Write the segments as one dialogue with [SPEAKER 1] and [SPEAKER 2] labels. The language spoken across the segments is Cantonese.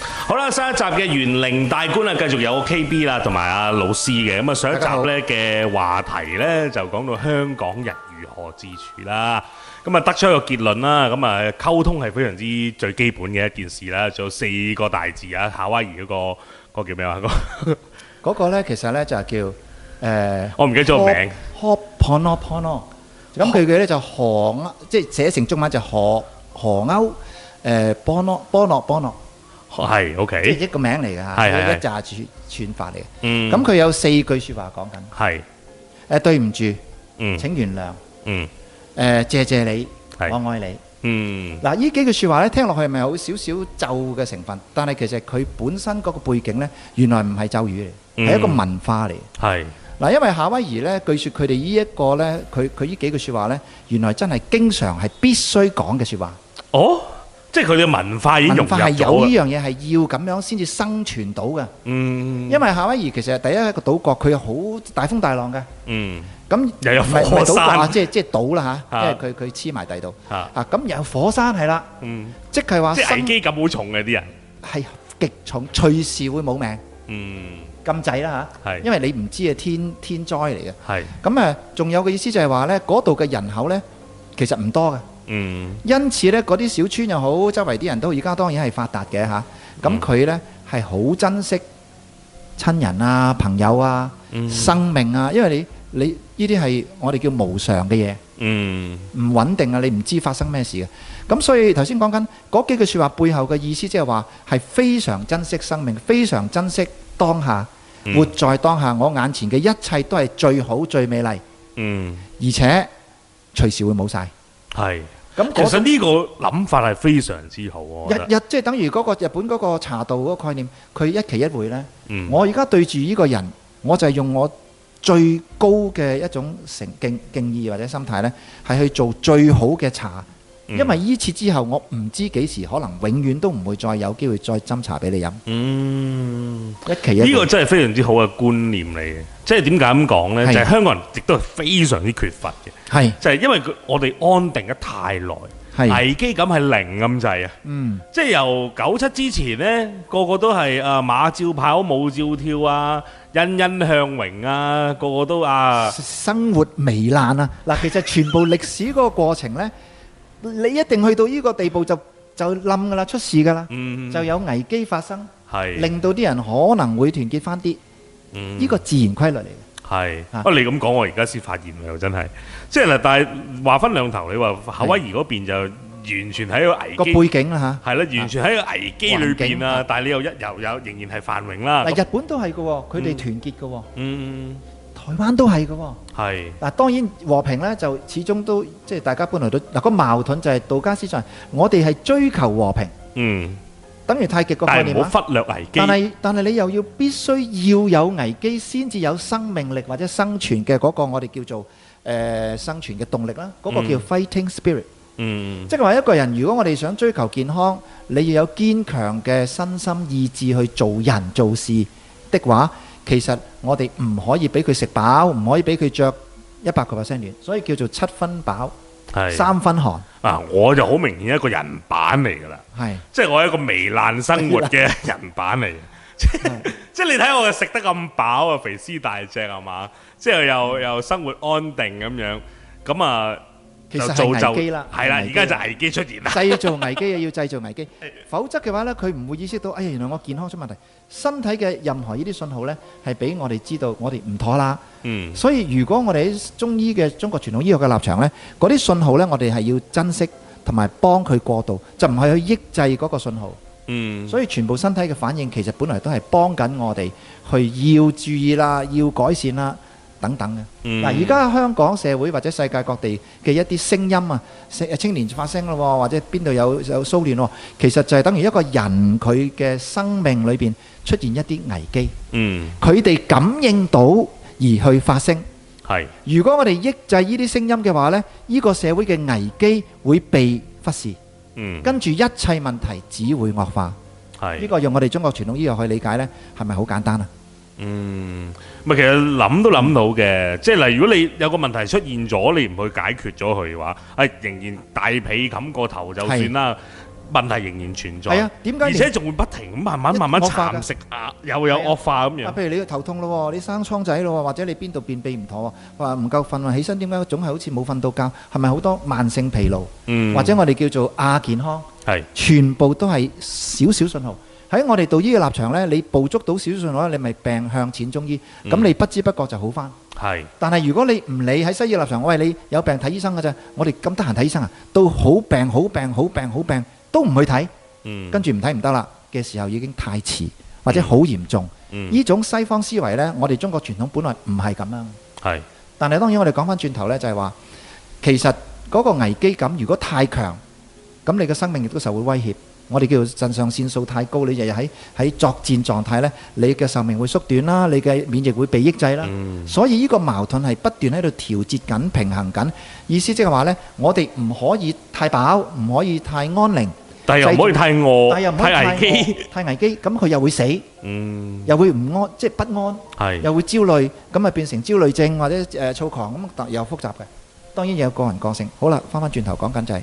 [SPEAKER 1] 好啦，新一集嘅元靈大觀啊，繼續有 KB 啦，同埋阿老師嘅。咁啊，上一集咧嘅話題咧就講到香港人如何自處啦。咁啊，得出一個結論啦。咁啊，溝通係非常之最基本嘅一件事啦。仲有四個大字啊，夏威夷嗰、個嗰、個叫咩話？嗰
[SPEAKER 2] 嗰個咧其實咧就係叫誒，呃
[SPEAKER 1] 我唔記得咗個名。
[SPEAKER 2] Hop p o n o p o n o 咁佢嘅咧就河鈎即係寫成中文就河河鈎誒 p o n o p o n o p o n o
[SPEAKER 1] 係 OK，
[SPEAKER 2] 呃即係一個名嚟嘅嚇，
[SPEAKER 1] 係係係
[SPEAKER 2] 一扎串串法嚟嘅。
[SPEAKER 1] 嗯
[SPEAKER 2] 咁佢有四句説話講緊，
[SPEAKER 1] 係
[SPEAKER 2] 誒對唔住，
[SPEAKER 1] 嗯
[SPEAKER 2] 請原諒，
[SPEAKER 1] 嗯
[SPEAKER 2] 誒謝謝你，
[SPEAKER 1] 係
[SPEAKER 2] 我愛你。
[SPEAKER 1] 嗯
[SPEAKER 2] 嗱，呢幾句説話咧，聽落去咪好少少咒嘅成分，但係其實佢本身嗰個背景咧，原來唔係咒語嚟，
[SPEAKER 1] 嗯
[SPEAKER 2] 係一個文化嚟。
[SPEAKER 1] 係
[SPEAKER 2] 嗱，因為夏威夷咧，據說佢哋呢一個咧，佢佢呢幾句説話咧，原來真係經常係必須講嘅説話。
[SPEAKER 1] 哦，即係佢嘅文化已經融
[SPEAKER 2] 文
[SPEAKER 1] 入
[SPEAKER 2] 化係有
[SPEAKER 1] 咗
[SPEAKER 2] 呢
[SPEAKER 1] 啦。
[SPEAKER 2] 樣嘢係要咁樣先至生存到嘅，
[SPEAKER 1] 嗯
[SPEAKER 2] 因為夏威夷其實係第一個島國，佢好大風大浪嘅。
[SPEAKER 1] 嗯
[SPEAKER 2] 咁
[SPEAKER 1] 又有
[SPEAKER 2] 唔係唔係
[SPEAKER 1] 火
[SPEAKER 2] 島國啊，
[SPEAKER 1] 山
[SPEAKER 2] 即係即係島啦
[SPEAKER 1] 啊
[SPEAKER 2] 嚇，因為佢佢黐埋第度
[SPEAKER 1] 嚇
[SPEAKER 2] 啊。咁有火山係啦，
[SPEAKER 1] 嗯，
[SPEAKER 2] 即係話
[SPEAKER 1] 即係危
[SPEAKER 2] 生
[SPEAKER 1] 機感好重嘅啲人。
[SPEAKER 2] 係極重，隨時會冇命
[SPEAKER 1] 嗯
[SPEAKER 2] 咁滯啦嚇
[SPEAKER 1] 係。
[SPEAKER 2] 因為你唔知係天天災嚟嘅。
[SPEAKER 1] 係
[SPEAKER 2] 咁誒，仲有個意思就係話咧，嗰度嘅人口咧其實唔多嘅。
[SPEAKER 1] 嗯
[SPEAKER 2] 因此咧，嗰啲小村又好，周圍啲人都而家當然係發達嘅嚇。
[SPEAKER 1] 嗯
[SPEAKER 2] 咁佢咧係好珍惜親人啊、朋友啊、
[SPEAKER 1] 嗯
[SPEAKER 2] 生命啊，因為你你呢啲係我哋叫無常嘅嘢，
[SPEAKER 1] 嗯
[SPEAKER 2] 唔穩定啊，你唔知發生咩事嘅。咁所以頭先講緊嗰幾句説話背後嘅意思，即係話係非常珍惜生命，非常珍惜當下，
[SPEAKER 1] 嗯
[SPEAKER 2] 活在當下。我眼前嘅一切都係最好、最美麗，
[SPEAKER 1] 嗯
[SPEAKER 2] 而且隨時會冇晒。
[SPEAKER 1] 係。
[SPEAKER 2] 咁
[SPEAKER 1] 其
[SPEAKER 2] 嗰
[SPEAKER 1] 實呢個諗法係非常之好，我
[SPEAKER 2] 日
[SPEAKER 1] 覺得。
[SPEAKER 2] 日即係等於嗰個日本嗰個茶道嗰個概念，佢一期一會呢。
[SPEAKER 1] 嗯
[SPEAKER 2] 我而家對住呢個人，我就係用我最高嘅一種誠敬敬意或者心態呢，係去做最好嘅茶。
[SPEAKER 1] 嗯
[SPEAKER 2] 因為呢次之後，我唔知幾時可能永遠都唔會再有機會再斟茶俾你飲。
[SPEAKER 1] 嗯。
[SPEAKER 2] 一期一
[SPEAKER 1] 呢
[SPEAKER 2] 會
[SPEAKER 1] 個真係非常之好嘅觀念嚟嘅，即係點解咁講呢？
[SPEAKER 2] 係
[SPEAKER 1] 就係香港人亦都係非常之缺乏嘅，
[SPEAKER 2] 係
[SPEAKER 1] 就係因為佢我哋安定得太耐，
[SPEAKER 2] 係
[SPEAKER 1] 危機感係零咁滯啊！
[SPEAKER 2] 嗯
[SPEAKER 1] 即係由九七之前呢，個個都係啊馬照跑，舞照跳啊，欣欣向榮啊，個個都啊
[SPEAKER 2] 生活糜爛啊！嗱，其實全部歷史嗰個過程呢，你一定去到呢個地步就就冧㗎啦，出事㗎啦，
[SPEAKER 1] 嗯
[SPEAKER 2] 就有危機發生。
[SPEAKER 1] 係
[SPEAKER 2] 令到啲人可能會團結翻啲，
[SPEAKER 1] 嗯
[SPEAKER 2] 呢個自然規律嚟嘅。
[SPEAKER 1] 係啊
[SPEAKER 2] 啊！
[SPEAKER 1] 你咁講，我而家先發現喎，真係即係嗱，但係話分兩頭，你話夏威夷嗰邊就完全喺
[SPEAKER 2] 個
[SPEAKER 1] 個危機
[SPEAKER 2] 背景啦
[SPEAKER 1] 係啦，完全喺個危機裏邊啊
[SPEAKER 2] 環境！
[SPEAKER 1] 但係你又一又有仍然係繁榮啦
[SPEAKER 2] 嚇，。嗱日本都係嘅喎，佢哋團結嘅喎，
[SPEAKER 1] 嗯，
[SPEAKER 2] 台灣都係嘅喎。
[SPEAKER 1] 係
[SPEAKER 2] 嗱當然和平呢，就始終都即係大家本來都嗱個矛盾就係道家思想，我哋係追求和平，
[SPEAKER 1] 嗯，
[SPEAKER 2] 等於太極個概
[SPEAKER 1] 但係
[SPEAKER 2] 念
[SPEAKER 1] 唔
[SPEAKER 2] 啊。
[SPEAKER 1] 好忽略危機
[SPEAKER 2] 但。係但係你又要必須要有危機先至有生命力或者生存嘅嗰個我哋叫做誒、呃生存嘅動力啦，嗰、個叫
[SPEAKER 1] 嗯
[SPEAKER 2] fighting spirit。
[SPEAKER 1] 嗯
[SPEAKER 2] 即係話一個人，如果我哋想追求健康，你要有堅強嘅身心意志去做人做事的話，其實我哋唔可以俾佢食飽，唔可以俾佢着一百個 percent 暖，所以叫做七分飽，
[SPEAKER 1] 係
[SPEAKER 2] 三分寒，
[SPEAKER 1] 嗱，我就好明顯一個人版嚟㗎啦。
[SPEAKER 2] 係
[SPEAKER 1] 即係我係一個糜爛生活嘅人版嚟嘅，即係即係你睇我食得咁飽啊，肥屍大隻係嘛，即係
[SPEAKER 2] 嗯
[SPEAKER 1] 又又生活安定咁樣，咁啊
[SPEAKER 2] 其
[SPEAKER 1] 就
[SPEAKER 2] 實
[SPEAKER 1] 造就
[SPEAKER 2] 係危機啦，
[SPEAKER 1] 係啦，
[SPEAKER 2] 係危
[SPEAKER 1] 而
[SPEAKER 2] 機
[SPEAKER 1] 家就危機出現啦，
[SPEAKER 2] 製造危機啊，要製造危機，否則嘅話呢，佢唔會意識到，哎呀，原來我健康出問題，身體嘅任何呢啲信號呢，係俾我哋知道，我哋唔妥啦。
[SPEAKER 1] 嗯
[SPEAKER 2] 所以如果我哋喺中醫嘅中國傳統醫學嘅立場呢，嗰啲信號呢，我哋係要珍惜同埋幫佢過渡，就唔係去抑制嗰個信號。
[SPEAKER 1] 嗯，
[SPEAKER 2] 所以全部身體嘅反應其實本來都係幫緊我哋去要注意啦、要改善啦等等嘅。
[SPEAKER 1] 嗯
[SPEAKER 2] 嗱，而家香港社會或者世界各地嘅一啲聲音啊，青青年發聲咯，或者邊度有有騷亂喎，其實就係等於一個人佢嘅生命裏邊出現一啲危機，
[SPEAKER 1] 嗯
[SPEAKER 2] 佢哋感應到而去發聲。
[SPEAKER 1] 係
[SPEAKER 2] 如果我哋抑制呢啲聲音嘅話呢呢、個社會嘅危機會被忽視，
[SPEAKER 1] 嗯
[SPEAKER 2] 跟住一切問題只會惡化。呢、
[SPEAKER 1] 係
[SPEAKER 2] 個用我哋中國傳統醫學去理解呢，係咪好簡單啊？
[SPEAKER 1] 嗯，咪其實諗都諗到嘅，即係例如如果你有個問題出現咗，你唔去解決咗佢嘅話，誒仍然大被冚過頭就算啦。問題仍然存在。
[SPEAKER 2] 係啊點解
[SPEAKER 1] 而
[SPEAKER 2] 連
[SPEAKER 1] 且仲會不停咁慢慢慢慢
[SPEAKER 2] 惡化㗎
[SPEAKER 1] 蠶食啊，又有
[SPEAKER 2] 係啊
[SPEAKER 1] 惡化咁
[SPEAKER 2] 啊，
[SPEAKER 1] 樣。
[SPEAKER 2] 譬如你頭痛咯喎，你生瘡仔咯喎，或者你邊度便秘唔妥喎，話唔夠瞓啊，起身點解總係好似冇瞓到覺？係咪好多慢性疲勞，
[SPEAKER 1] 嗯，
[SPEAKER 2] 或者我哋叫做亞健康？
[SPEAKER 1] 係
[SPEAKER 2] 全部都係少少信號。喺我哋道醫嘅立場呢，你捕捉到少少信號咧，你咪病向淺中醫，
[SPEAKER 1] 嗯
[SPEAKER 2] 咁你不知不覺就好翻。
[SPEAKER 1] 係
[SPEAKER 2] 但係如果你唔理喺西醫立場，我喂你有病睇醫生嘅啫，我哋咁得閒睇醫生啊，到好病好病好病好病都唔去睇，
[SPEAKER 1] 嗯
[SPEAKER 2] 跟住唔睇唔得啦嘅時候已經太遲或者好嚴重。
[SPEAKER 1] 嗯
[SPEAKER 2] 呢種西方思維呢，我哋中國傳統本來唔係咁樣。
[SPEAKER 1] 係
[SPEAKER 2] 但係當然我哋講翻轉頭呢，就係話其實嗰個危機感如果太強，咁你嘅生命亦都受會威脅。我哋叫做腎上腺素太高，你日日喺喺作戰狀態呢，你嘅壽命會縮短啦，你嘅免疫會被抑制啦。
[SPEAKER 1] 嗯
[SPEAKER 2] 所以呢個矛盾係不斷喺度調節緊、平衡緊。意思即係話呢，我哋唔可以太飽，唔可以太安寧，
[SPEAKER 1] 但係又唔可以太
[SPEAKER 2] 但又
[SPEAKER 1] 餓，
[SPEAKER 2] 唔可
[SPEAKER 1] 太
[SPEAKER 2] 以太
[SPEAKER 1] 危機。
[SPEAKER 2] 餓太危機，咁佢又會死，
[SPEAKER 1] 嗯，
[SPEAKER 2] 又會唔安，即係不安。
[SPEAKER 1] 係
[SPEAKER 2] 又會焦慮，咁啊變成焦慮症或者誒、呃躁狂，咁特又複雜嘅。當然有個人個性。好啦，翻翻轉頭講緊就係、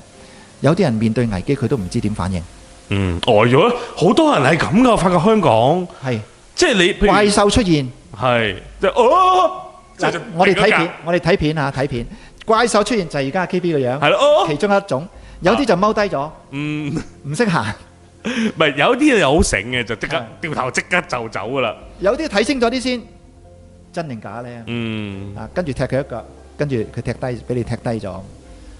[SPEAKER 2] 有啲人面對危機佢都唔知點反應，
[SPEAKER 1] 嗯呆咗，好多人係咁噶，我發覺香港
[SPEAKER 2] 係
[SPEAKER 1] 即係你譬如
[SPEAKER 2] 怪獸出現。
[SPEAKER 1] 係即係哦，即係就
[SPEAKER 2] 嗱我哋睇
[SPEAKER 1] 停咗格
[SPEAKER 2] 片，我哋睇片啊，睇片。怪獸出現就係而家 K B 嘅樣，
[SPEAKER 1] 係咯哦
[SPEAKER 2] 其中一種。有啲就踎低咗，
[SPEAKER 1] 嗯。
[SPEAKER 2] 唔識行；
[SPEAKER 1] 唔係有啲又好醒嘅，就即刻
[SPEAKER 2] 係
[SPEAKER 1] 掉頭即刻就走噶啦。
[SPEAKER 2] 有啲睇清咗啲先，真定假呢？
[SPEAKER 1] 嗯，
[SPEAKER 2] 啊，跟住踢佢一腳，跟住佢踢低，俾你踢低咗。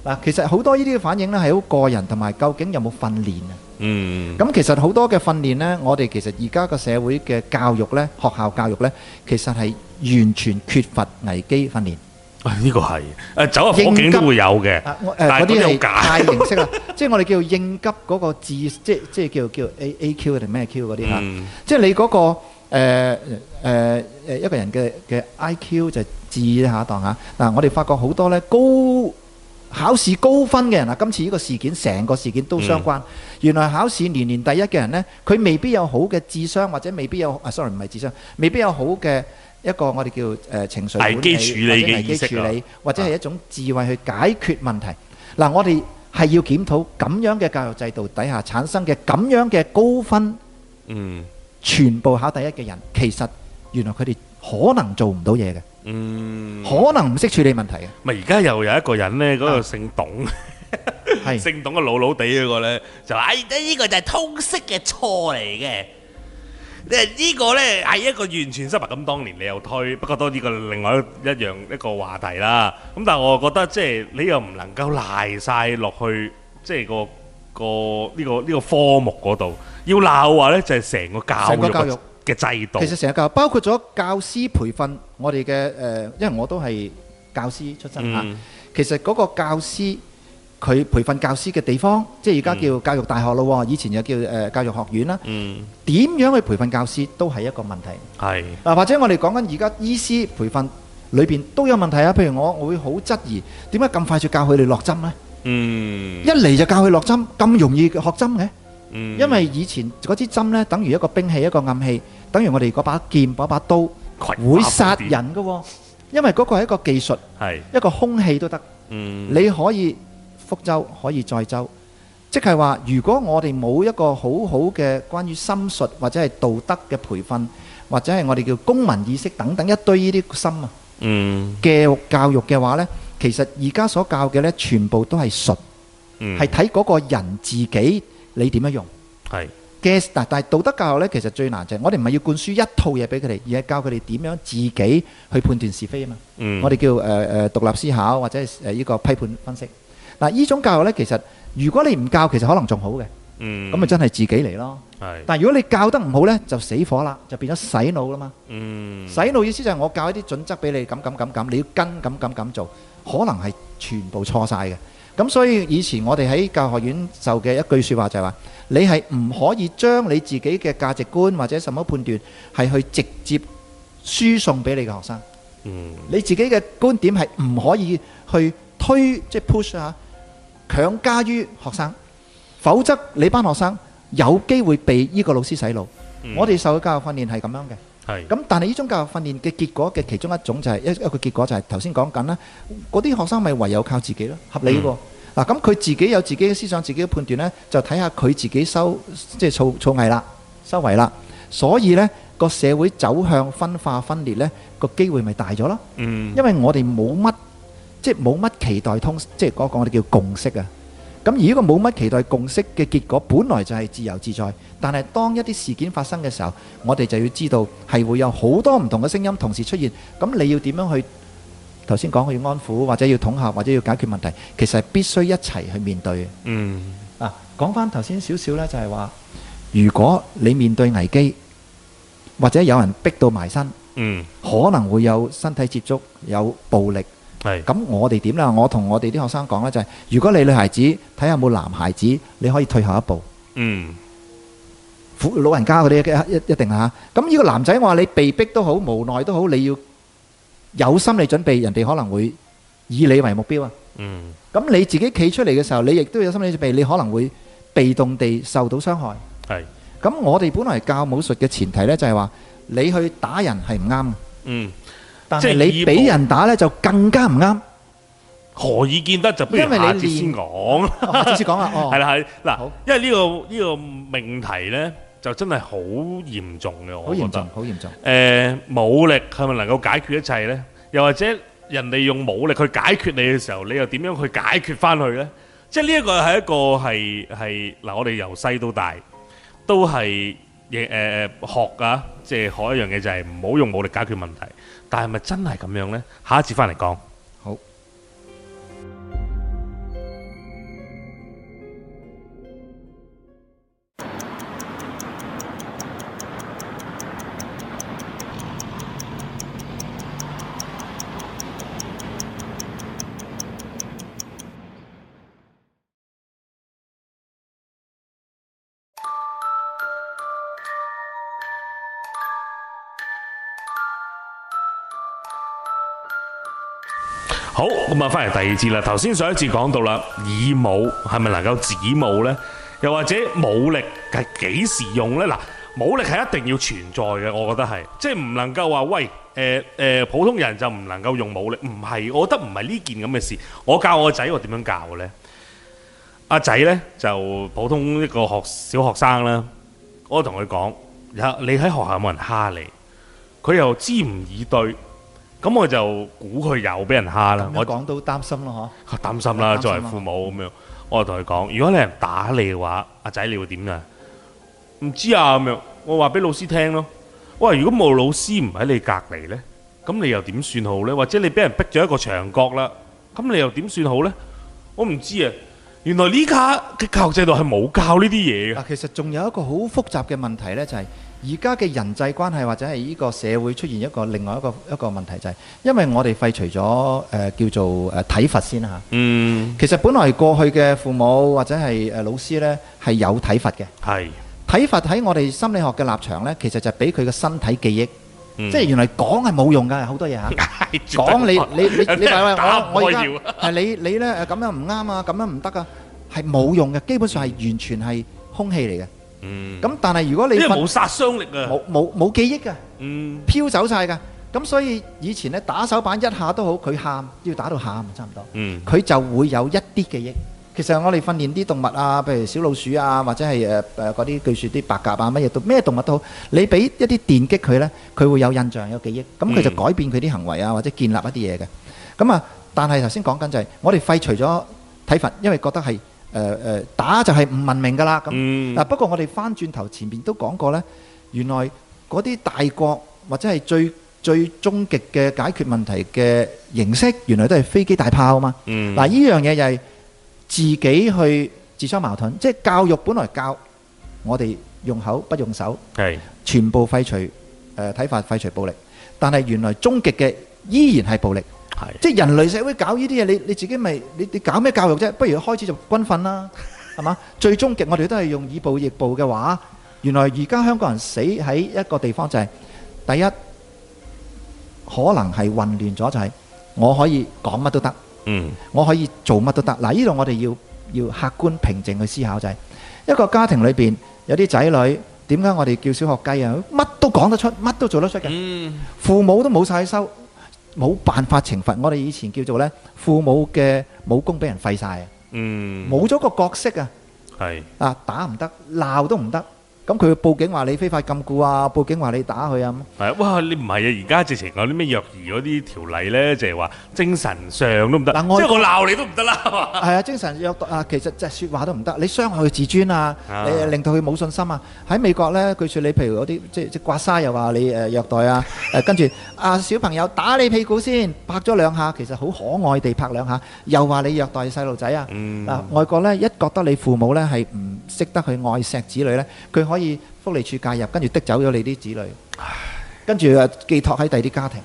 [SPEAKER 2] 嗱、其實好多呢啲嘅反應呢係好個人，同埋究竟有冇訓練啊？
[SPEAKER 1] 嗯，
[SPEAKER 2] 咁其實好多嘅訓練呢，我哋其實而家個社會嘅教育呢，學校教育呢，其實係完全缺乏危機訓練。
[SPEAKER 1] 咁呢個係誒走入火
[SPEAKER 2] 應急
[SPEAKER 1] 警都會有嘅，
[SPEAKER 2] 啊，我誒
[SPEAKER 1] 但係
[SPEAKER 2] 嗰
[SPEAKER 1] 嗰啲
[SPEAKER 2] 啲
[SPEAKER 1] 好
[SPEAKER 2] 係
[SPEAKER 1] 假
[SPEAKER 2] 大形式啦，即係我哋叫應急嗰個智，即係即係叫叫 A A Q 定咩 Q 嗰啲嚇。
[SPEAKER 1] 嗯
[SPEAKER 2] 即係你啊嗰、個誒誒誒一個人嘅嘅 IQ 就係智下當下嗱，我哋發覺好多咧高考試高分嘅人啊，今次呢個事件成個事件都相
[SPEAKER 1] 嗯
[SPEAKER 2] 關。原來考試年年第一嘅人咧，佢未必有好嘅智商，或者未必有啊，sorry 唔係智商，未必有好嘅。一個我哋叫誒、呃情緒管理
[SPEAKER 1] 危機處理嘅
[SPEAKER 2] 或者危
[SPEAKER 1] 意
[SPEAKER 2] 機
[SPEAKER 1] 識
[SPEAKER 2] 處
[SPEAKER 1] 啊
[SPEAKER 2] 理，或者係一種智慧去解決問題。嗱，我哋係要檢討咁樣嘅教育制度底下產生嘅咁樣嘅高分
[SPEAKER 1] 嗯
[SPEAKER 2] 全部考第一嘅人，其實原來佢哋可能做唔到嘢嘅，
[SPEAKER 1] 嗯，
[SPEAKER 2] 可能唔識處理問題嘅，
[SPEAKER 1] 咪而家又有一個人咧，嗰個姓董，
[SPEAKER 2] 係
[SPEAKER 1] 姓董嘅老老地嗰個咧，就話：，哎，呢個就係通識嘅錯嚟嘅。誒呢個咧係一個完全失敗，咁當年你又推，不過當呢個另外一樣一個話題啦。咁但係我覺得即係你又唔能夠賴晒落去，即係個個呢個呢個科目嗰度要鬧話咧，就係成個
[SPEAKER 2] 成
[SPEAKER 1] 教
[SPEAKER 2] 個教
[SPEAKER 1] 育
[SPEAKER 2] 育
[SPEAKER 1] 嘅制度
[SPEAKER 2] 其。實成日教包括咗教師培訓，我哋嘅誒，因為我都係教師出身嚇，
[SPEAKER 1] 嗯
[SPEAKER 2] 其實嗰個教師。佢培訓教師嘅地方，即係而家叫教育大學咯喎，以前又叫誒、呃教育學院啦。
[SPEAKER 1] 嗯，
[SPEAKER 2] 點樣去培訓教師都係一個問題。
[SPEAKER 1] 係
[SPEAKER 2] 嗱，或者我哋講緊而家醫師培訓裏邊都有問題啊。譬如我，我會好質疑點解咁快就教佢哋落針呢？
[SPEAKER 1] 嗯
[SPEAKER 2] 一嚟就教佢落針，咁容易學針嘅？
[SPEAKER 1] 嗯，
[SPEAKER 2] 因為以前嗰支針呢，等於一個兵器，一個暗器，等於我哋嗰把劍、嗰把刀，
[SPEAKER 1] 葵花
[SPEAKER 2] 會殺
[SPEAKER 1] 寶典
[SPEAKER 2] 人嘅喎。因為嗰個係一個技術，
[SPEAKER 1] 係
[SPEAKER 2] 一個空氣都得，
[SPEAKER 1] 嗯
[SPEAKER 2] 你可以覆舟，可以載舟。即係話，如果我哋冇一個好好嘅關於心術或者係道德嘅培訓，或者係我哋叫公民意識等等一堆呢啲心啊
[SPEAKER 1] 嗯
[SPEAKER 2] 嘅教育嘅話呢，其實而家所教嘅呢，全部都係術，
[SPEAKER 1] 嗯
[SPEAKER 2] 係睇嗰個人自己你點樣用。
[SPEAKER 1] 係
[SPEAKER 2] 嘅嗱，但係道德教育咧，其實最難就係我哋唔係要灌輸一套嘢俾佢哋，而係教佢哋點樣自己去判斷是非啊嘛。
[SPEAKER 1] 嗯
[SPEAKER 2] 我哋叫誒誒、呃、獨立思考或者係誒呢個批判分析。嗱，呢種教育咧，其實如果你唔教，其實可能仲好嘅，
[SPEAKER 1] 嗯
[SPEAKER 2] 咁咪真係自己嚟咯。
[SPEAKER 1] 係
[SPEAKER 2] 但係如果你教得唔好咧，就死火啦，就變咗洗腦啦嘛。
[SPEAKER 1] 嗯
[SPEAKER 2] 洗腦意思就係我教一啲準則俾你，咁咁咁咁，你要跟咁咁咁做，可能係全部錯晒嘅。咁所以以前我哋喺教學院受嘅一句説話就係話，你係唔可以將你自己嘅價值觀或者什麼判斷係去直接輸送俾你嘅學生，
[SPEAKER 1] 嗯
[SPEAKER 2] 你自己嘅觀點係唔可以去推即係 push 下強加於學生，否則你班學生有機會被呢個老師洗腦。
[SPEAKER 1] 嗯
[SPEAKER 2] 我哋受嘅教育訓練係咁樣嘅。
[SPEAKER 1] 係
[SPEAKER 2] 咁但係呢種教育訓練嘅結果嘅其中一種就係、一一個結果就係頭先講緊啦，嗰啲學生咪唯有靠自己咯，合理喎。嗱，咁佢自己有自己嘅思想、自己嘅判斷呢，就睇下佢自己收即係造造藝啦、收圍啦。所以呢個社會走向分化分裂呢，個機會咪大咗咯。
[SPEAKER 1] 嗯，
[SPEAKER 2] 因為我哋冇乜即係冇乜期待通，即係嗰個我哋叫共識啊。咁而呢個冇乜期待共識嘅結果，本來就係自由自在。但係當一啲事件發生嘅時候，我哋就要知道係會有好多唔同嘅聲音同時出現。咁你要點樣去？頭先講佢要安撫，或者要統合，或者要解決問題，其實係必須一齊去面對嘅。
[SPEAKER 1] 嗯，
[SPEAKER 2] 啊，講翻頭先少少呢，就係話，如果你面對危機，或者有人逼到埋身，
[SPEAKER 1] 嗯，
[SPEAKER 2] 可能會有身體接觸，有暴力。
[SPEAKER 1] 係，
[SPEAKER 2] 咁我哋點呢？我同我哋啲學生講呢，就係、如果你女孩子睇下有冇男孩子，你可以退後一步。
[SPEAKER 1] 嗯，
[SPEAKER 2] 父老人家嗰啲一一一定嚇，咁呢個男仔我話你被逼都好，無奈都好，你要有心理準備，人哋可能會以你為目標啊。
[SPEAKER 1] 嗯，
[SPEAKER 2] 咁你自己企出嚟嘅時候，你亦都有心理準備，你可能會被動地受到傷害。
[SPEAKER 1] 係，
[SPEAKER 2] 咁我哋本來教武術嘅前提呢，就係話你去打人係唔啱，
[SPEAKER 1] 嗯，
[SPEAKER 2] 但
[SPEAKER 1] 即係
[SPEAKER 2] 係
[SPEAKER 1] 以
[SPEAKER 2] 你俾
[SPEAKER 1] 暴
[SPEAKER 2] 人打呢，就更加唔啱。
[SPEAKER 1] 何以見得就不如
[SPEAKER 2] 因為你
[SPEAKER 1] 下節
[SPEAKER 2] 練
[SPEAKER 1] 先講。
[SPEAKER 2] 哦我直接講啦，哦
[SPEAKER 1] 係，啦，係嗱
[SPEAKER 2] 好，
[SPEAKER 1] 因為呢、個呢、個命題呢，就真係好嚴重嘅，
[SPEAKER 2] 好
[SPEAKER 1] 我覺得
[SPEAKER 2] 嚴重。，好嚴重。
[SPEAKER 1] 誒、武力係咪能夠解決一切呢？又或者人哋用武力去解決你嘅時候，你又點樣去解決翻佢呢？即係呢一個係一個係係嗱，我哋由細到大都係誒誒學啊，即係學一樣嘢就係唔好用武力解決問題。但係咪真係咁樣呢？下一節翻嚟講。
[SPEAKER 2] 好。
[SPEAKER 1] 好，咁啊，翻嚟第二節啦。頭先上一節講到啦，以武係咪能夠止武呢？又或者武力係幾時用呢？嗱，武力係一定要存在嘅，我覺得係，即係唔能夠話喂，誒、誒、普通人就唔能夠用武力，唔係，我覺得唔係呢件咁嘅事。我教我個仔，我點樣教呢？阿仔呢，就普通一個學小學生啦，我同佢講：有你喺學校有冇人蝦你？佢又支吾以對，咁我就估佢有俾人蝦啦。
[SPEAKER 2] 我
[SPEAKER 1] 我
[SPEAKER 2] 講都擔心咯，
[SPEAKER 1] 擔心啦，
[SPEAKER 2] 擔心啦
[SPEAKER 1] 作為父母咁樣，我就同佢講：如果你有人打你嘅話，阿仔你會點啊？唔知啊咁樣，我話俾老師聽咯。喂，如果冇老師唔喺你隔離呢，咁你又點算好呢？或者你俾人逼咗一個牆角啦，咁你又點算好呢？我唔知啊。原來呢家嘅教育制度係冇教呢啲嘢嘅
[SPEAKER 2] 嗱，。其實仲有一個好複雜嘅問題呢，就係而家嘅人際關係或者係呢個社會出現一個另外一個一個問題，就係因為我哋廢除咗誒、呃叫做誒體罰先嚇。
[SPEAKER 1] 嗯，
[SPEAKER 2] 其實本來過去嘅父母或者係誒老師呢，係有體罰嘅，
[SPEAKER 1] 係，
[SPEAKER 2] 體罰喺我哋心理學嘅立場呢，其實就係俾佢嘅身體記憶，
[SPEAKER 1] 嗯
[SPEAKER 2] 即係原來講係冇用㗎，好多嘢嚇。
[SPEAKER 1] 係 絕對
[SPEAKER 2] 講你
[SPEAKER 1] 冇
[SPEAKER 2] 你你
[SPEAKER 1] 有啲
[SPEAKER 2] 你
[SPEAKER 1] 人
[SPEAKER 2] 話喂
[SPEAKER 1] 打
[SPEAKER 2] 我我而家
[SPEAKER 1] 開要
[SPEAKER 2] 係你你咧誒咁樣唔啱啊，咁樣唔得啊，係冇用嘅，基本上係完全係空氣嚟嘅。
[SPEAKER 1] 嗯，
[SPEAKER 2] 咁但係如果你
[SPEAKER 1] 因為
[SPEAKER 2] 瞓
[SPEAKER 1] 冇殺傷力啊。
[SPEAKER 2] 冇冇冇記憶嘅，
[SPEAKER 1] 嗯，
[SPEAKER 2] 飄走晒㗎。咁所以以前咧打手板一下都好，佢喊要打到喊差唔多，
[SPEAKER 1] 嗯，
[SPEAKER 2] 佢就會有一啲記憶。其實我哋訓練啲動物啊，譬如小老鼠啊，或者係誒誒嗰啲據説啲白鴿啊，乜嘢都咩動物都好，你俾一啲電擊佢呢，佢會有印象有記憶，咁佢就
[SPEAKER 1] 嗯
[SPEAKER 2] 改變佢啲行為啊，或者建立一啲嘢嘅。咁啊，但係頭先講緊就係我哋廢除咗體罰，因為覺得係誒誒打就係唔文明㗎啦咁。
[SPEAKER 1] 嗯
[SPEAKER 2] 嗱，不過我哋翻轉頭前面都講過呢，原來嗰啲大國或者係最最終極嘅解決問題嘅形式，原來都係飛機大炮啊嘛。
[SPEAKER 1] 嗯，
[SPEAKER 2] 嗱，呢樣嘢又係自己去自相矛盾，即係教育本來教我哋用口不用手，
[SPEAKER 1] 係，
[SPEAKER 2] 全部廢除誒、呃、睇法，廢除暴力，但係原來終極嘅依然係暴力。
[SPEAKER 1] 係。
[SPEAKER 2] 即係人類社會搞呢啲嘢，你你自己咪你你搞咩教育啫？不如開始就軍訓啦，係嘛？最終極我哋都係用以暴易暴嘅話，原來而家香港人死喺一個地方就係、第一，可能係混亂咗，就係、我可以講乜都得，
[SPEAKER 1] 嗯，
[SPEAKER 2] 我可以做乜都得。嗱，呢度我哋要要客觀平靜去思考就係、一個家庭裏邊有啲仔女點解我哋叫小學雞啊？乜都講得出，乜都做得出嘅。
[SPEAKER 1] 嗯，
[SPEAKER 2] 父母都冇晒收，冇辦法懲罰。我哋以前叫做呢，父母嘅武功俾人廢晒啊！
[SPEAKER 1] 嗯，嗯，
[SPEAKER 2] 冇咗個角色啊！
[SPEAKER 1] 係
[SPEAKER 2] 啊打唔得，鬧都唔得，咁佢報警話你非法禁錮啊，報警話你打佢啊，
[SPEAKER 1] 係哇！你唔係啊，而家直情有啲咩虐兒嗰啲條例咧，就係話精神上都唔得，
[SPEAKER 2] 嗱我
[SPEAKER 1] 即係我鬧你都唔得啦。
[SPEAKER 2] 係啊，精神虐待啊，其實即係説話都唔得，你傷害佢自尊啊，
[SPEAKER 1] 啊
[SPEAKER 2] 你令到佢冇信心啊。喺美國咧，據說你譬如嗰啲即即刮痧又話你誒虐待啊，誒跟住啊小朋友打你屁股先，拍咗兩下，其實好可愛地拍兩下，又話你虐待細路仔啊。
[SPEAKER 1] 嗯，
[SPEAKER 2] 嗱，外國咧一覺得你父母咧係唔識得去愛錫子女咧，佢可以福利處介入，跟住滴走咗你啲子女，跟住誒寄託喺第二啲家庭，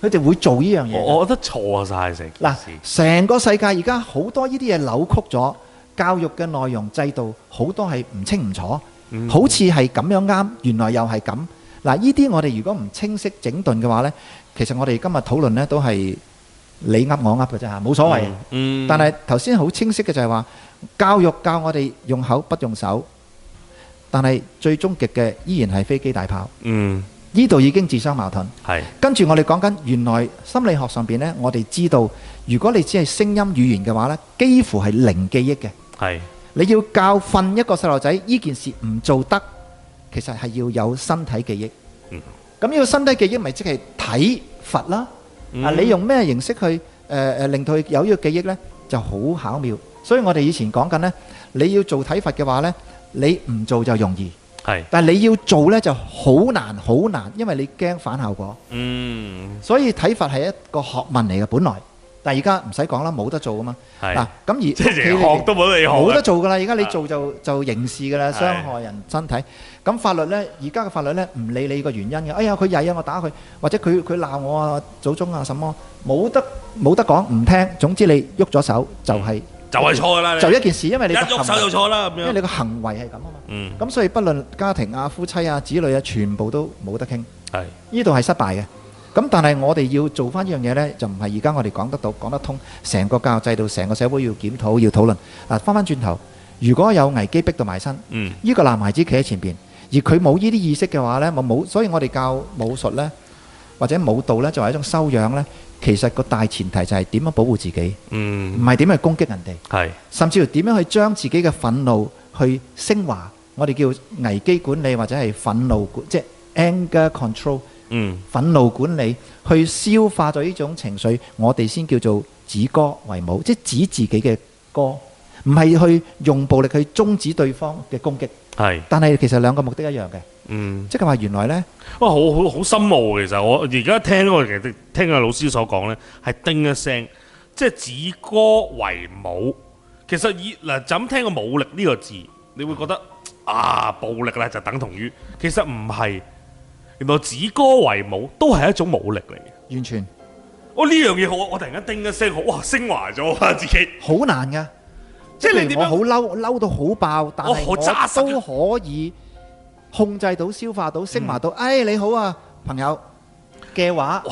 [SPEAKER 2] 佢哋會做呢樣嘢。
[SPEAKER 1] 我我覺得錯晒成件
[SPEAKER 2] 嗱
[SPEAKER 1] 事。，
[SPEAKER 2] 成個世界而家好多呢啲嘢扭曲咗，教育嘅內容制度好多係唔清唔楚，
[SPEAKER 1] 嗯
[SPEAKER 2] 好似係咁樣啱，原來又係咁。嗱，呢啲我哋如果唔清晰整頓嘅話呢，其實我哋今日討論呢都係你噏我噏嘅啫嚇，冇所謂。
[SPEAKER 1] 嗯，
[SPEAKER 2] 但係頭先好清晰嘅就係話，教育教我哋用口不用手，但係最終極嘅依然係飛機大炮。
[SPEAKER 1] 嗯
[SPEAKER 2] 呢度已經自相矛盾。
[SPEAKER 1] 係
[SPEAKER 2] 跟住我哋講緊，原來心理學上邊呢，我哋知道，如果你只係聲音語言嘅話呢，幾乎係零記憶嘅。
[SPEAKER 1] 係
[SPEAKER 2] 你要教訓一個細路仔，呢件事唔做得，其實係要有身體記憶。
[SPEAKER 1] 嗯
[SPEAKER 2] 咁呢個身體記憶咪即係體罰啦。
[SPEAKER 1] Ừ.
[SPEAKER 2] 啊，你用咩形式去誒誒、呃令到佢有呢個記憶呢？就好巧妙。所以我哋以前講緊呢，你要做體罰嘅話呢，你唔做就容易，
[SPEAKER 1] 係
[SPEAKER 2] 但係你要做呢就好難好難，因為你驚反效果。
[SPEAKER 1] Ừ. 嗯
[SPEAKER 2] 所以體罰係一個學問嚟嘅，本來，但係而家唔使講啦，冇得做啊嘛。
[SPEAKER 1] 係
[SPEAKER 2] 嗱，咁而屋
[SPEAKER 1] 即
[SPEAKER 2] 企
[SPEAKER 1] 係連
[SPEAKER 2] 你
[SPEAKER 1] 學
[SPEAKER 2] 哋
[SPEAKER 1] 都冇得你學啊，
[SPEAKER 2] 冇得做噶啦，而家你做就就刑事噶啦，
[SPEAKER 1] 係
[SPEAKER 2] 傷害人身體。咁法律呢，而家嘅法律呢，唔理你個原因嘅。哎呀，佢曳啊，我打佢，或者佢佢鬧我啊，祖宗啊，什麼冇得冇得講，唔聽。總之你喐咗手就係
[SPEAKER 1] 就係錯㗎啦。
[SPEAKER 2] 就一件事，因為
[SPEAKER 1] 你
[SPEAKER 2] 你
[SPEAKER 1] 一
[SPEAKER 2] 個
[SPEAKER 1] 喐手
[SPEAKER 2] 行為
[SPEAKER 1] 就錯啦咁
[SPEAKER 2] 因為
[SPEAKER 1] 樣。
[SPEAKER 2] 你個行為係咁啊嘛。
[SPEAKER 1] 嗯，
[SPEAKER 2] 咁所以不論家庭啊、夫妻啊、子女啊，全部都冇得傾。
[SPEAKER 1] 係
[SPEAKER 2] 呢度係失敗嘅。咁但係我哋要做翻一樣嘢呢，就唔係而家我哋講得到、講得通，成個教育制度、成個社會要檢討、要討論。嗱，翻翻轉頭，如果有危機逼到埋身，
[SPEAKER 1] 嗯
[SPEAKER 2] 呢個男孩子企喺前邊，而佢冇呢啲意識嘅話呢，我冇，所以我哋教武術呢，或者舞蹈呢，作為一種修養呢，其實個大前提就係點樣保護自己，唔
[SPEAKER 1] 嗯
[SPEAKER 2] 係點去攻擊人哋，
[SPEAKER 1] 係
[SPEAKER 2] 甚至乎點樣去將自己嘅憤怒去升華。我哋叫危機管理或者係憤怒管，即係 anger control。
[SPEAKER 1] 嗯
[SPEAKER 2] 憤怒管理，去消化咗呢種情緒，我哋先叫做止歌為舞，即係指自己嘅歌，唔係去用暴力去終止對方嘅攻擊。
[SPEAKER 1] 係
[SPEAKER 2] 但係其實兩個目的一樣嘅，
[SPEAKER 1] 嗯。
[SPEAKER 2] 即係話原來呢，
[SPEAKER 1] 哇！好好好深奧，其實我而家聽我其實聽阿老師所講咧，係叮一聲，即係指歌為舞。其實以嗱就咁聽個武力呢個字，你會覺得啊暴力啦，就等同於其實唔係。原來指歌為舞都係一種武力嚟嘅。
[SPEAKER 2] 完全
[SPEAKER 1] 我哦呢樣嘢我我突然間叮一聲，哇升華咗啊自己，
[SPEAKER 2] 好難㗎。
[SPEAKER 1] 即係
[SPEAKER 2] 譬
[SPEAKER 1] 你
[SPEAKER 2] 如
[SPEAKER 1] 點
[SPEAKER 2] 我好
[SPEAKER 1] 樣？
[SPEAKER 2] 嬲，嬲到好爆，但係
[SPEAKER 1] 我好揸實㗎
[SPEAKER 2] 我都可以控制到、消化到、升華到。哎，你好啊，朋友嘅話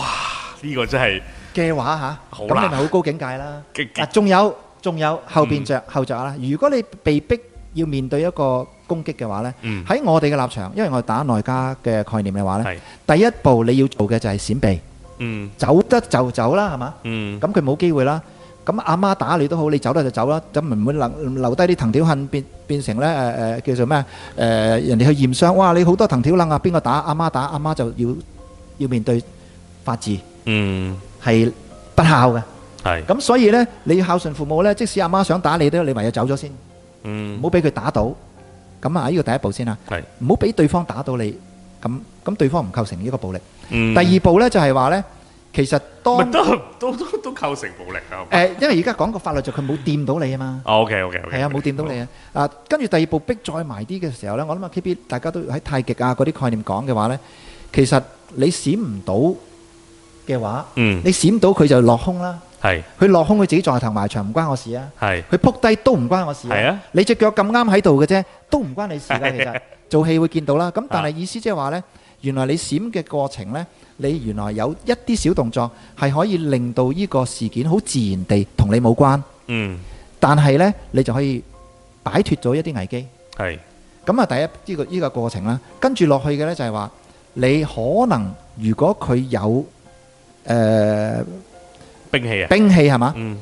[SPEAKER 1] 呢個真係
[SPEAKER 2] 嘅話嚇，
[SPEAKER 1] 好
[SPEAKER 2] 咁
[SPEAKER 1] 啦
[SPEAKER 2] 你咪好高境界啦。
[SPEAKER 1] 極極
[SPEAKER 2] 啊，仲有仲有後邊着後着啦。如果你被逼要面對一個攻擊嘅話呢，
[SPEAKER 1] 嗯
[SPEAKER 2] 喺我哋嘅立場，因為我哋打內家嘅概念嘅話呢，
[SPEAKER 1] 係
[SPEAKER 2] 第一步你要做嘅就係閃避，
[SPEAKER 1] 嗯
[SPEAKER 2] 走得就走啦，係嘛？
[SPEAKER 1] 嗯
[SPEAKER 2] 咁佢冇機會啦。咁阿媽打你都好，你走得就走啦，咁唔會留留低啲藤條痕，變變成咧誒誒叫做咩誒、呃人哋去驗傷，哇！你好多藤條楞啊，邊個打？阿媽打，阿媽就要要面對法治
[SPEAKER 1] 嗯
[SPEAKER 2] 係不孝嘅。
[SPEAKER 1] 係
[SPEAKER 2] 咁所以呢，你要孝順父母呢，即使阿媽想打你都，你唯有走咗先，唔
[SPEAKER 1] 嗯
[SPEAKER 2] 好俾佢打到。咁啊，呢個第一步先啦，
[SPEAKER 1] 係
[SPEAKER 2] 唔好俾對方打到你。咁咁，對方唔構成呢個暴力。
[SPEAKER 1] 嗯
[SPEAKER 2] 第二步呢，就係話呢，其實當
[SPEAKER 1] 咪
[SPEAKER 2] 誒、
[SPEAKER 1] 都都都都構成暴力啊！
[SPEAKER 2] 因為而家講個法律就佢冇掂到你啊嘛，
[SPEAKER 1] O K O K O K，
[SPEAKER 2] 係啊，冇掂到你啊。啊，跟住第二步逼再埋啲嘅時候呢，我諗啊 K B 大家都喺太極啊嗰啲概念講嘅話呢，其實你閃唔到嘅話，
[SPEAKER 1] 嗯，
[SPEAKER 2] 你閃到佢就落空啦。
[SPEAKER 1] 係
[SPEAKER 2] 佢落空佢自己撞頭埋牆唔關我事啊。
[SPEAKER 1] 係
[SPEAKER 2] 佢撲低都唔關我事
[SPEAKER 1] 係啊！
[SPEAKER 2] 你只腳咁啱喺度嘅啫，都唔關你 事
[SPEAKER 1] 係啊
[SPEAKER 2] 㗎。其實做戲會見到啦。咁但係意思即係話呢，原來你閃嘅過程呢，你原來有一啲小動作係可以令到呢個事件好自然地同你冇關，
[SPEAKER 1] 嗯
[SPEAKER 2] 但係呢，你就可以擺脱咗一啲危機。
[SPEAKER 1] 係
[SPEAKER 2] 咁啊，第一呢、個呢、個過程啦，跟住落去嘅呢，就係話，你可能如果佢有誒、呃
[SPEAKER 1] 兵器啊，à?
[SPEAKER 2] 兵器係嘛？
[SPEAKER 1] 嗯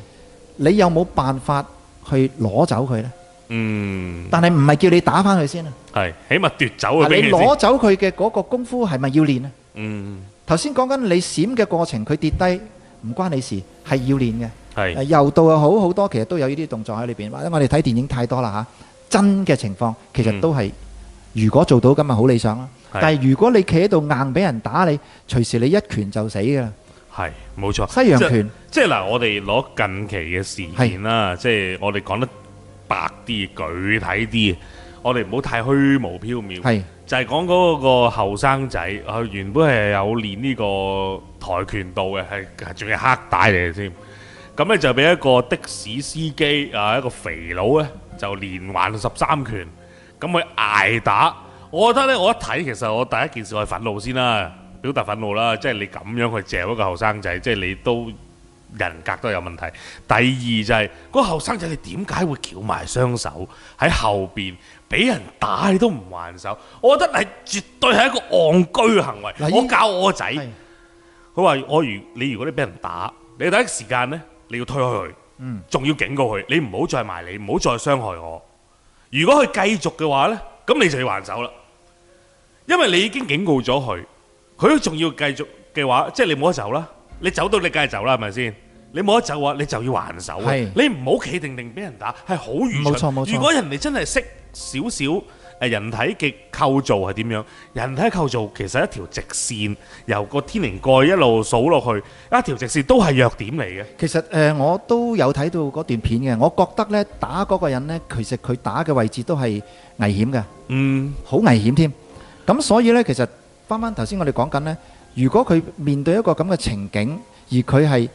[SPEAKER 2] 你有冇辦法去攞走佢呢？
[SPEAKER 1] Ừ, 嗯，
[SPEAKER 2] 但係唔係叫你打翻佢先啊？
[SPEAKER 1] 係，起碼奪走佢俾
[SPEAKER 2] 你
[SPEAKER 1] 佢
[SPEAKER 2] 攞
[SPEAKER 1] 先。
[SPEAKER 2] 走佢嘅嗰個功夫係咪要練啊？
[SPEAKER 1] 嗯，
[SPEAKER 2] 頭先講緊你閃嘅過程，佢跌低唔關你事，係要練嘅。誒
[SPEAKER 1] 係，
[SPEAKER 2] 柔道又好好多，其實都有呢啲動作喺裏邊。或者我哋睇電影太多啦嚇，真嘅情況其實都係，如果做到咁咪好理想啦。
[SPEAKER 1] 係
[SPEAKER 2] 但係如果你企喺度硬俾人打你，隨時你一拳就死㗎啦。
[SPEAKER 1] 係，冇錯。
[SPEAKER 2] 西洋
[SPEAKER 1] 即係
[SPEAKER 2] 拳
[SPEAKER 1] 即係嗱，我哋攞近期嘅事件啦，即係我哋講得白啲、具體啲，我哋唔好太虛無縹緲。
[SPEAKER 2] 係
[SPEAKER 1] 就係講嗰個後生仔，佢原本係有練呢個跆拳道嘅，係係仲係黑帶嚟嘅添。咁咧就俾一個的士司機啊，一個肥佬咧就連環十三拳，咁佢捱打。我覺得咧，我一睇其實我第一件事我係憤怒先啦，表達憤怒啦，即係你咁樣去嚼一個後生仔，即係你都人格都有問題。第二就係、嗰個後生仔，你點解會翹埋雙手喺後邊俾人打，你都唔還手？我覺得係絕對係一個戇居嘅行為。
[SPEAKER 2] 嗱
[SPEAKER 1] 我
[SPEAKER 2] 呢
[SPEAKER 1] 教我個仔。
[SPEAKER 2] 係
[SPEAKER 1] 佢話：我如你如果你俾人打，你第一時間呢，你要推開佢，仲要警告佢，你唔好再埋你，唔好再傷害我。如果佢繼續嘅話呢，咁你就要還手啦，因為你已經警告咗佢，佢都仲要繼續嘅話，即係你冇得走啦，你走到你梗係走啦，係咪先？你冇得走嘅話，你就要還手啊！
[SPEAKER 2] 係
[SPEAKER 1] 你唔好企定定俾人打，係好愚
[SPEAKER 2] 冇錯
[SPEAKER 1] 蠢。
[SPEAKER 2] 冇錯
[SPEAKER 1] 如果人哋真係識少少誒人體嘅構造係點樣？人體構造其實一條直線，由個天靈蓋一路數落去，一條直線都係弱點嚟嘅。
[SPEAKER 2] 其實誒、呃我都有睇到嗰段片嘅，我覺得呢，打嗰個人呢，其實佢打嘅位置都係危險嘅。
[SPEAKER 1] 嗯，
[SPEAKER 2] 好危險添。咁所以呢，其實翻翻頭先我哋講緊呢，如果佢面對一個咁嘅情景，而佢係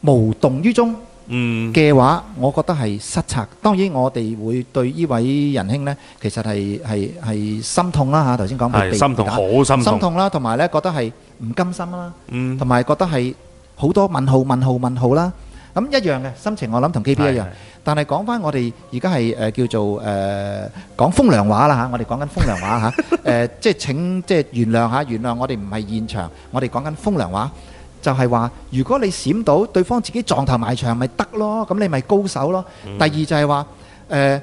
[SPEAKER 2] 無動於衷
[SPEAKER 1] 嗯，
[SPEAKER 2] 嘅話，我覺得係失策。當然我哋會對呢位仁兄呢，其實係係係心痛啦嚇。頭先講被
[SPEAKER 1] 係心痛，
[SPEAKER 2] 被打
[SPEAKER 1] 好心
[SPEAKER 2] 心
[SPEAKER 1] 痛。
[SPEAKER 2] 痛啦，同埋呢覺得係唔甘心啦，
[SPEAKER 1] 嗯，
[SPEAKER 2] 同埋覺得係好多問號問號問號啦。咁一樣嘅心情，我諗同 K B 一樣
[SPEAKER 1] 係。
[SPEAKER 2] 但係講翻我哋而家係誒叫做誒、呃、講風涼話啦嚇，我哋講緊風 涼話嚇，誒、呃、即係請即係原諒下，原諒我哋唔係現場，我哋講緊風涼話，就係、話如果你閃到對方自己撞頭埋牆咪得咯，咁你咪高手咯。第二就係話誒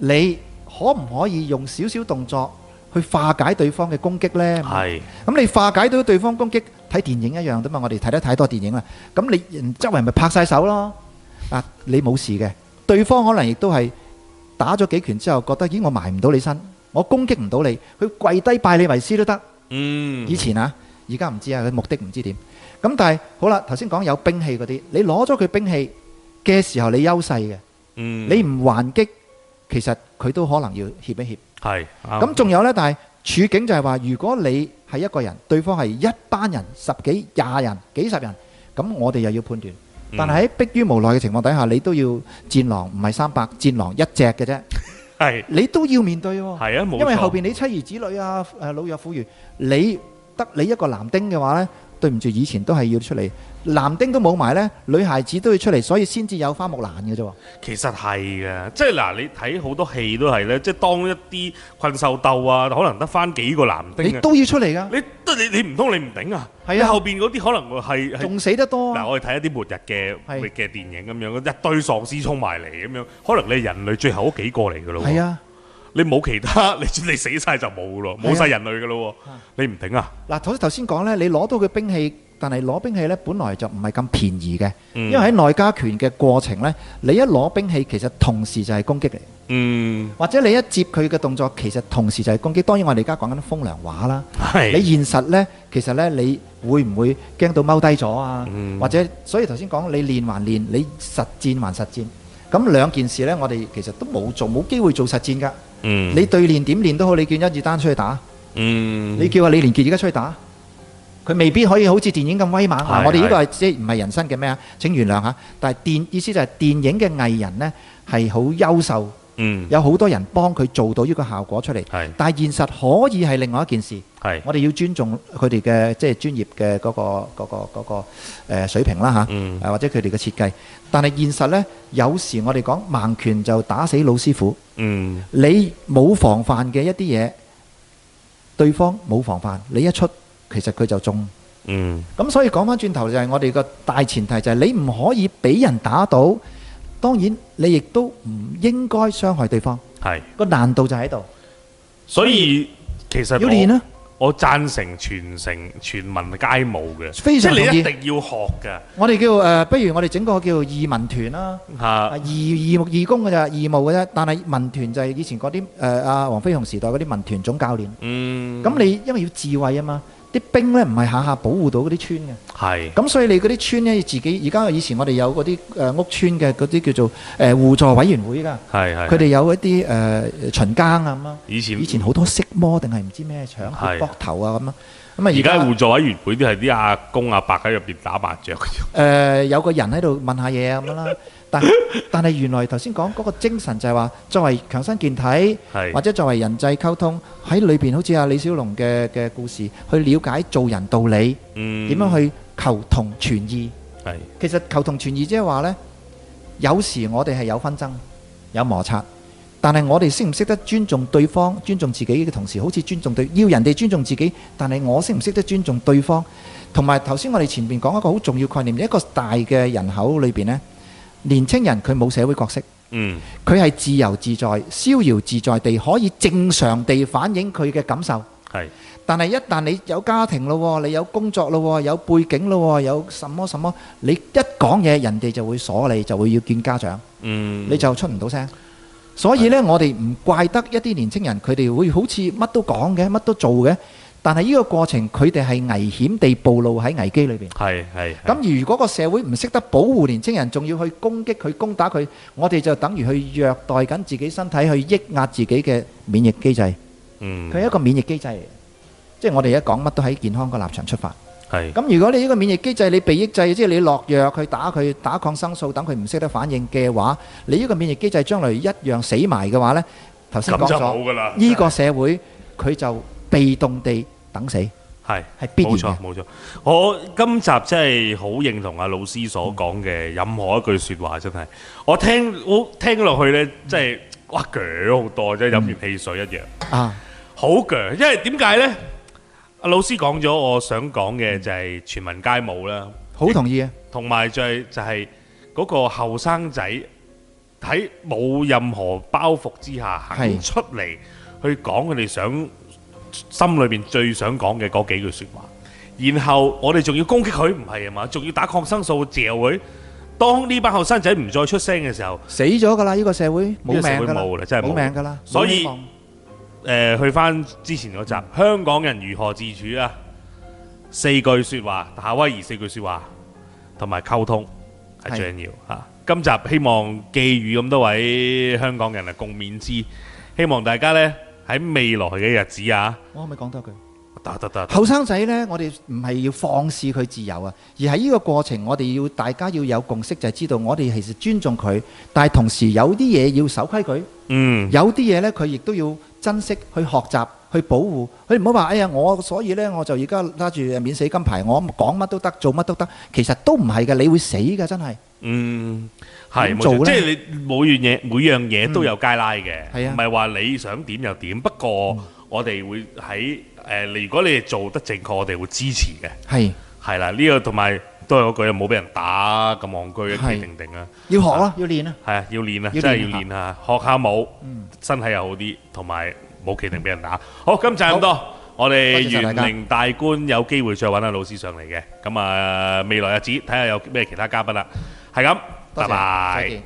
[SPEAKER 2] 你可唔可以用少少動作去化解對方嘅攻擊呢？
[SPEAKER 1] 係
[SPEAKER 2] 咁你化解到對方攻擊，睇電影一樣啫嘛。我哋睇得太多電影啦。咁你人周圍咪拍晒手咯。啊，你冇事嘅，對方可能亦都係打咗幾拳之後，覺得咦我埋唔到你身，我攻擊唔到你，佢跪低拜你為師都得。
[SPEAKER 1] 嗯，
[SPEAKER 2] 以前啊，而家唔知啊，佢目的唔知點。咁但係好啦，頭先講有兵器嗰啲，你攞咗佢兵器嘅時候，你優勢嘅，
[SPEAKER 1] 嗯，
[SPEAKER 2] 你唔還擊，其實佢都可能要協一協。
[SPEAKER 1] 係
[SPEAKER 2] 咁
[SPEAKER 1] 啱
[SPEAKER 2] 仲有呢，但係處境就係話，如果你係一個人，對方係一班人、十幾、廿人、幾十人，咁我哋又要判斷。
[SPEAKER 1] 嗯
[SPEAKER 2] 但係喺迫於無奈嘅情況底下，你都要戰狼，唔係三百，戰狼一隻嘅啫，
[SPEAKER 1] 係
[SPEAKER 2] 你都要面對喎。
[SPEAKER 1] 係啊，冇
[SPEAKER 2] 因為
[SPEAKER 1] 錯
[SPEAKER 2] 後邊你妻兒子女啊、誒老弱婦孺，你得你一個男丁嘅話呢，對唔住，以前都係要出嚟，男丁都冇埋呢，女孩子都要出嚟，所以先至有花木蘭嘅啫喎。
[SPEAKER 1] 其實係嘅，即係嗱，你睇好多戲都係咧，即係當一啲困獸鬥啊，可能得翻幾個男
[SPEAKER 2] 你
[SPEAKER 1] 丁啊，
[SPEAKER 2] 都要出嚟㗎，
[SPEAKER 1] 你得你你唔通你唔頂啊？
[SPEAKER 2] 係啊
[SPEAKER 1] 你後邊嗰啲可能係係
[SPEAKER 2] 仲死得多
[SPEAKER 1] 嗱，
[SPEAKER 2] 啊！
[SPEAKER 1] 我哋睇一啲末日嘅
[SPEAKER 2] 係
[SPEAKER 1] 嘅電影咁樣，一堆喪屍衝埋嚟咁樣，可能你係人類最後嗰幾個嚟㗎咯喎。
[SPEAKER 2] 係啊。
[SPEAKER 1] 你冇其他，你 你死晒就冇咯，冇晒人類㗎咯
[SPEAKER 2] 啊
[SPEAKER 1] 喎，你唔頂啊？
[SPEAKER 2] 嗱，頭頭先講咧，你攞到嘅兵器，但係攞兵器咧，本來就唔係咁便宜嘅，
[SPEAKER 1] 因
[SPEAKER 2] 因為喺內家拳嘅過程咧，你一攞兵器，其實同時就係攻擊嚟，
[SPEAKER 1] 嗯
[SPEAKER 2] 或者你一接佢嘅動作，其實同時就係攻擊。當然我哋而家講緊風涼話啦，你
[SPEAKER 1] 係
[SPEAKER 2] 現實咧，其實咧你會唔會驚到踎低咗啊？
[SPEAKER 1] 嗯
[SPEAKER 2] 或者所以頭先講你練還練，你實戰還實戰，咁兩件事咧，我哋其實都冇做，冇機會做實戰㗎。
[SPEAKER 1] 嗯
[SPEAKER 2] 你對練點練都好，你叫甄子丹出去打。
[SPEAKER 1] 嗯
[SPEAKER 2] 你叫阿李連杰而家出去打，佢未必可以好似電影咁威猛。嗱
[SPEAKER 1] 係
[SPEAKER 2] 我哋呢個
[SPEAKER 1] 係
[SPEAKER 2] 係即係唔係人生嘅咩啊？請原諒嚇。但係電意思就係電影嘅藝人呢係好優秀，
[SPEAKER 1] 嗯
[SPEAKER 2] 有好多人幫佢做到呢個效果出嚟。
[SPEAKER 1] 係
[SPEAKER 2] 但係現實可以係另外一件事，
[SPEAKER 1] 係
[SPEAKER 2] 我哋要尊重佢哋嘅即係專業嘅嗰、個嗰、個嗰、個呃水平啦嚇。
[SPEAKER 1] 嗯
[SPEAKER 2] 誒或者佢哋嘅設計，但係現實呢，有時我哋講盲拳就打死老師傅。
[SPEAKER 1] 嗯
[SPEAKER 2] 你冇防範嘅一啲嘢，對方冇防範，你一出其實佢就中。
[SPEAKER 1] 嗯
[SPEAKER 2] 咁所以講翻轉頭就係我哋個大前提就係你唔可以俾人打到，當然你亦都唔應該傷害對方，
[SPEAKER 1] 係，
[SPEAKER 2] 個難度就喺度，
[SPEAKER 1] 所以其實
[SPEAKER 2] 要
[SPEAKER 1] 我
[SPEAKER 2] 練啦。
[SPEAKER 1] 我贊成全城全民皆舞嘅，
[SPEAKER 2] 非常
[SPEAKER 1] 即係你一
[SPEAKER 2] 同
[SPEAKER 1] 定要學嘅
[SPEAKER 2] 我哋叫誒、呃不如我哋整個叫義民團啦，啊
[SPEAKER 1] 嚇，
[SPEAKER 2] 義義務義工嘅咋，義務嘅啫。但係民團就係以前嗰啲誒阿黃飛鴻時代嗰啲民團總教練。
[SPEAKER 1] 嗯，
[SPEAKER 2] 咁你因為要智慧啊嘛，啲兵咧唔係下下保護到嗰啲村嘅。
[SPEAKER 1] 係
[SPEAKER 2] 咁所以你嗰啲村咧，自己而家以前我哋有嗰啲誒屋村嘅嗰啲叫做誒、呃互助委員會㗎，
[SPEAKER 1] 係係，
[SPEAKER 2] 佢哋有一啲誒、呃巡更啊咁啊。
[SPEAKER 1] 以前
[SPEAKER 2] 以前好多色魔定係唔知咩腸
[SPEAKER 1] 係
[SPEAKER 2] 膊頭啊咁啊，咁啊
[SPEAKER 1] 而
[SPEAKER 2] 而
[SPEAKER 1] 家
[SPEAKER 2] 家
[SPEAKER 1] 互助委員會啲係啲阿公阿伯喺入邊打麻 雀嘅啫，
[SPEAKER 2] 誒、有個人喺度問下嘢啊咁樣啦，但 但係原來頭先講嗰個精神就係話，作為強身健體
[SPEAKER 1] 係
[SPEAKER 2] 或者作為人際溝通喺裏邊，好似阿李小龍嘅嘅故事，去了解做人道理，
[SPEAKER 1] 嗯
[SPEAKER 2] 點樣去求同存異。
[SPEAKER 1] 係
[SPEAKER 2] 其實求同存異即係話呢，有時我哋係有紛爭、有摩擦，但係我哋識唔識得尊重對方、尊重自己嘅同時，好似尊重對要人哋尊重自己，但係我識唔識得尊重對方？同埋頭先我哋前面講一個好重要概念，一個大嘅人口裏邊呢，年青人佢冇社會角色，
[SPEAKER 1] 嗯
[SPEAKER 2] 佢係自由自在、逍遙自在地可以正常地反映佢嘅感受。
[SPEAKER 1] 係
[SPEAKER 2] 但係一旦你有家庭咯喎，你有工作咯喎，有背景咯喎，有什麼什麼，你一講嘢，人哋就會鎖你，就會要見家長，
[SPEAKER 1] 嗯
[SPEAKER 2] 你就出唔到聲。所以呢，我哋唔怪得一啲年青人，佢哋會好似乜都講嘅，乜都做嘅，但係呢個過程，佢哋係危險地暴露喺危機裏邊。
[SPEAKER 1] 係係係
[SPEAKER 2] 咁如果個社會唔識得保護年青人，仲要去攻擊佢、攻打佢，我哋就等於去虐待緊自己身體，去抑壓自己嘅免疫機制。
[SPEAKER 1] 嗯
[SPEAKER 2] 佢係一個免疫機制嚟嘅，即係我哋而家講乜都喺健康個立場出發。
[SPEAKER 1] 係
[SPEAKER 2] 咁如果你呢個免疫機制你被抑制，即係你落藥去打佢打抗生素，等佢唔識得反應嘅話，你呢個免疫機制將來一樣死埋嘅話呢，頭先
[SPEAKER 1] 咁
[SPEAKER 2] 講
[SPEAKER 1] 就
[SPEAKER 2] 咗
[SPEAKER 1] 冇噶啦，
[SPEAKER 2] 呢個社會佢就被動地等死，係
[SPEAKER 1] 係。
[SPEAKER 2] 必然
[SPEAKER 1] 冇
[SPEAKER 2] 嘅
[SPEAKER 1] 錯。冇錯，我今集真係好認同阿老師所講嘅任何一句説話，真係我聽我聽落去呢，真係哇鋸好多，即係飲完汽水一樣，
[SPEAKER 2] 啊，
[SPEAKER 1] 好鋸。因為點解呢？阿老師講咗我想講嘅就係全民皆舞啦，
[SPEAKER 2] 好同意啊！
[SPEAKER 1] 同埋就係就係嗰個後生仔喺冇任何包袱之下行
[SPEAKER 2] 係
[SPEAKER 1] 出嚟，去講佢哋想心裏邊最想講嘅嗰幾句説話，然後我哋仲要攻擊佢，唔係啊嘛，仲要打抗生素嚼佢。當呢班後生仔唔再出聲嘅時候，
[SPEAKER 2] 死咗㗎啦，呢個社會
[SPEAKER 1] 呢個
[SPEAKER 2] 冇命
[SPEAKER 1] 社會
[SPEAKER 2] 㗎
[SPEAKER 1] 冇啦真係冇
[SPEAKER 2] 冇命㗎啦，
[SPEAKER 1] 所以
[SPEAKER 2] 冇希望
[SPEAKER 1] 誒、呃去翻之前嗰集《香港人如何自處》啊，四句説話，夏威夷四句説話，同埋溝通係
[SPEAKER 2] 係
[SPEAKER 1] 最緊要嚇。啊今集希望寄予咁多位香港人啊共勉之，希望大家呢喺未來嘅日子啊，
[SPEAKER 2] 我可唔可以講多句？
[SPEAKER 1] 得得得，
[SPEAKER 2] 後生仔呢，我哋唔係要放肆佢自由啊，而喺呢個過程，我哋要大家要有共識，就係知道我哋其實尊重佢，但係同時有啲嘢要守規矩，
[SPEAKER 1] 嗯，
[SPEAKER 2] 有啲嘢呢，佢亦都要珍惜去學習。去保護佢唔好話，哎呀，我所以呢，我就而家揸住免死金牌，我講乜都得，做乜都得，其實都唔係嘅，你會死嘅，真係。
[SPEAKER 1] 嗯，係
[SPEAKER 2] 點
[SPEAKER 1] 冇
[SPEAKER 2] 做
[SPEAKER 1] 錯，
[SPEAKER 2] 呢嗯
[SPEAKER 1] 即係你每樣嘢每樣嘢都有街拉嘅，
[SPEAKER 2] 係啊嗯
[SPEAKER 1] 唔係話你想點就點。不過我哋會喺誒、如果你哋做得正確，我哋會支持嘅。
[SPEAKER 2] 係
[SPEAKER 1] 係啦，呢、個同埋都係嗰句，冇俾人打咁戇居嘅
[SPEAKER 2] 係
[SPEAKER 1] 企定定啊，
[SPEAKER 2] 要學咯，要練啊，嗯
[SPEAKER 1] 係啊，要練啊，
[SPEAKER 2] 要練
[SPEAKER 1] 真係要練啊，學下舞，身體又好啲，同埋冇企定俾人打。好，今集咁多，我哋
[SPEAKER 2] 多謝晒大家
[SPEAKER 1] 元靈大觀有機會再揾阿老師上嚟嘅，咁啊未來日子睇下有咩其他嘉賓啦，係咁，
[SPEAKER 2] 多
[SPEAKER 1] 拜
[SPEAKER 2] 謝
[SPEAKER 1] 拜
[SPEAKER 2] 再。見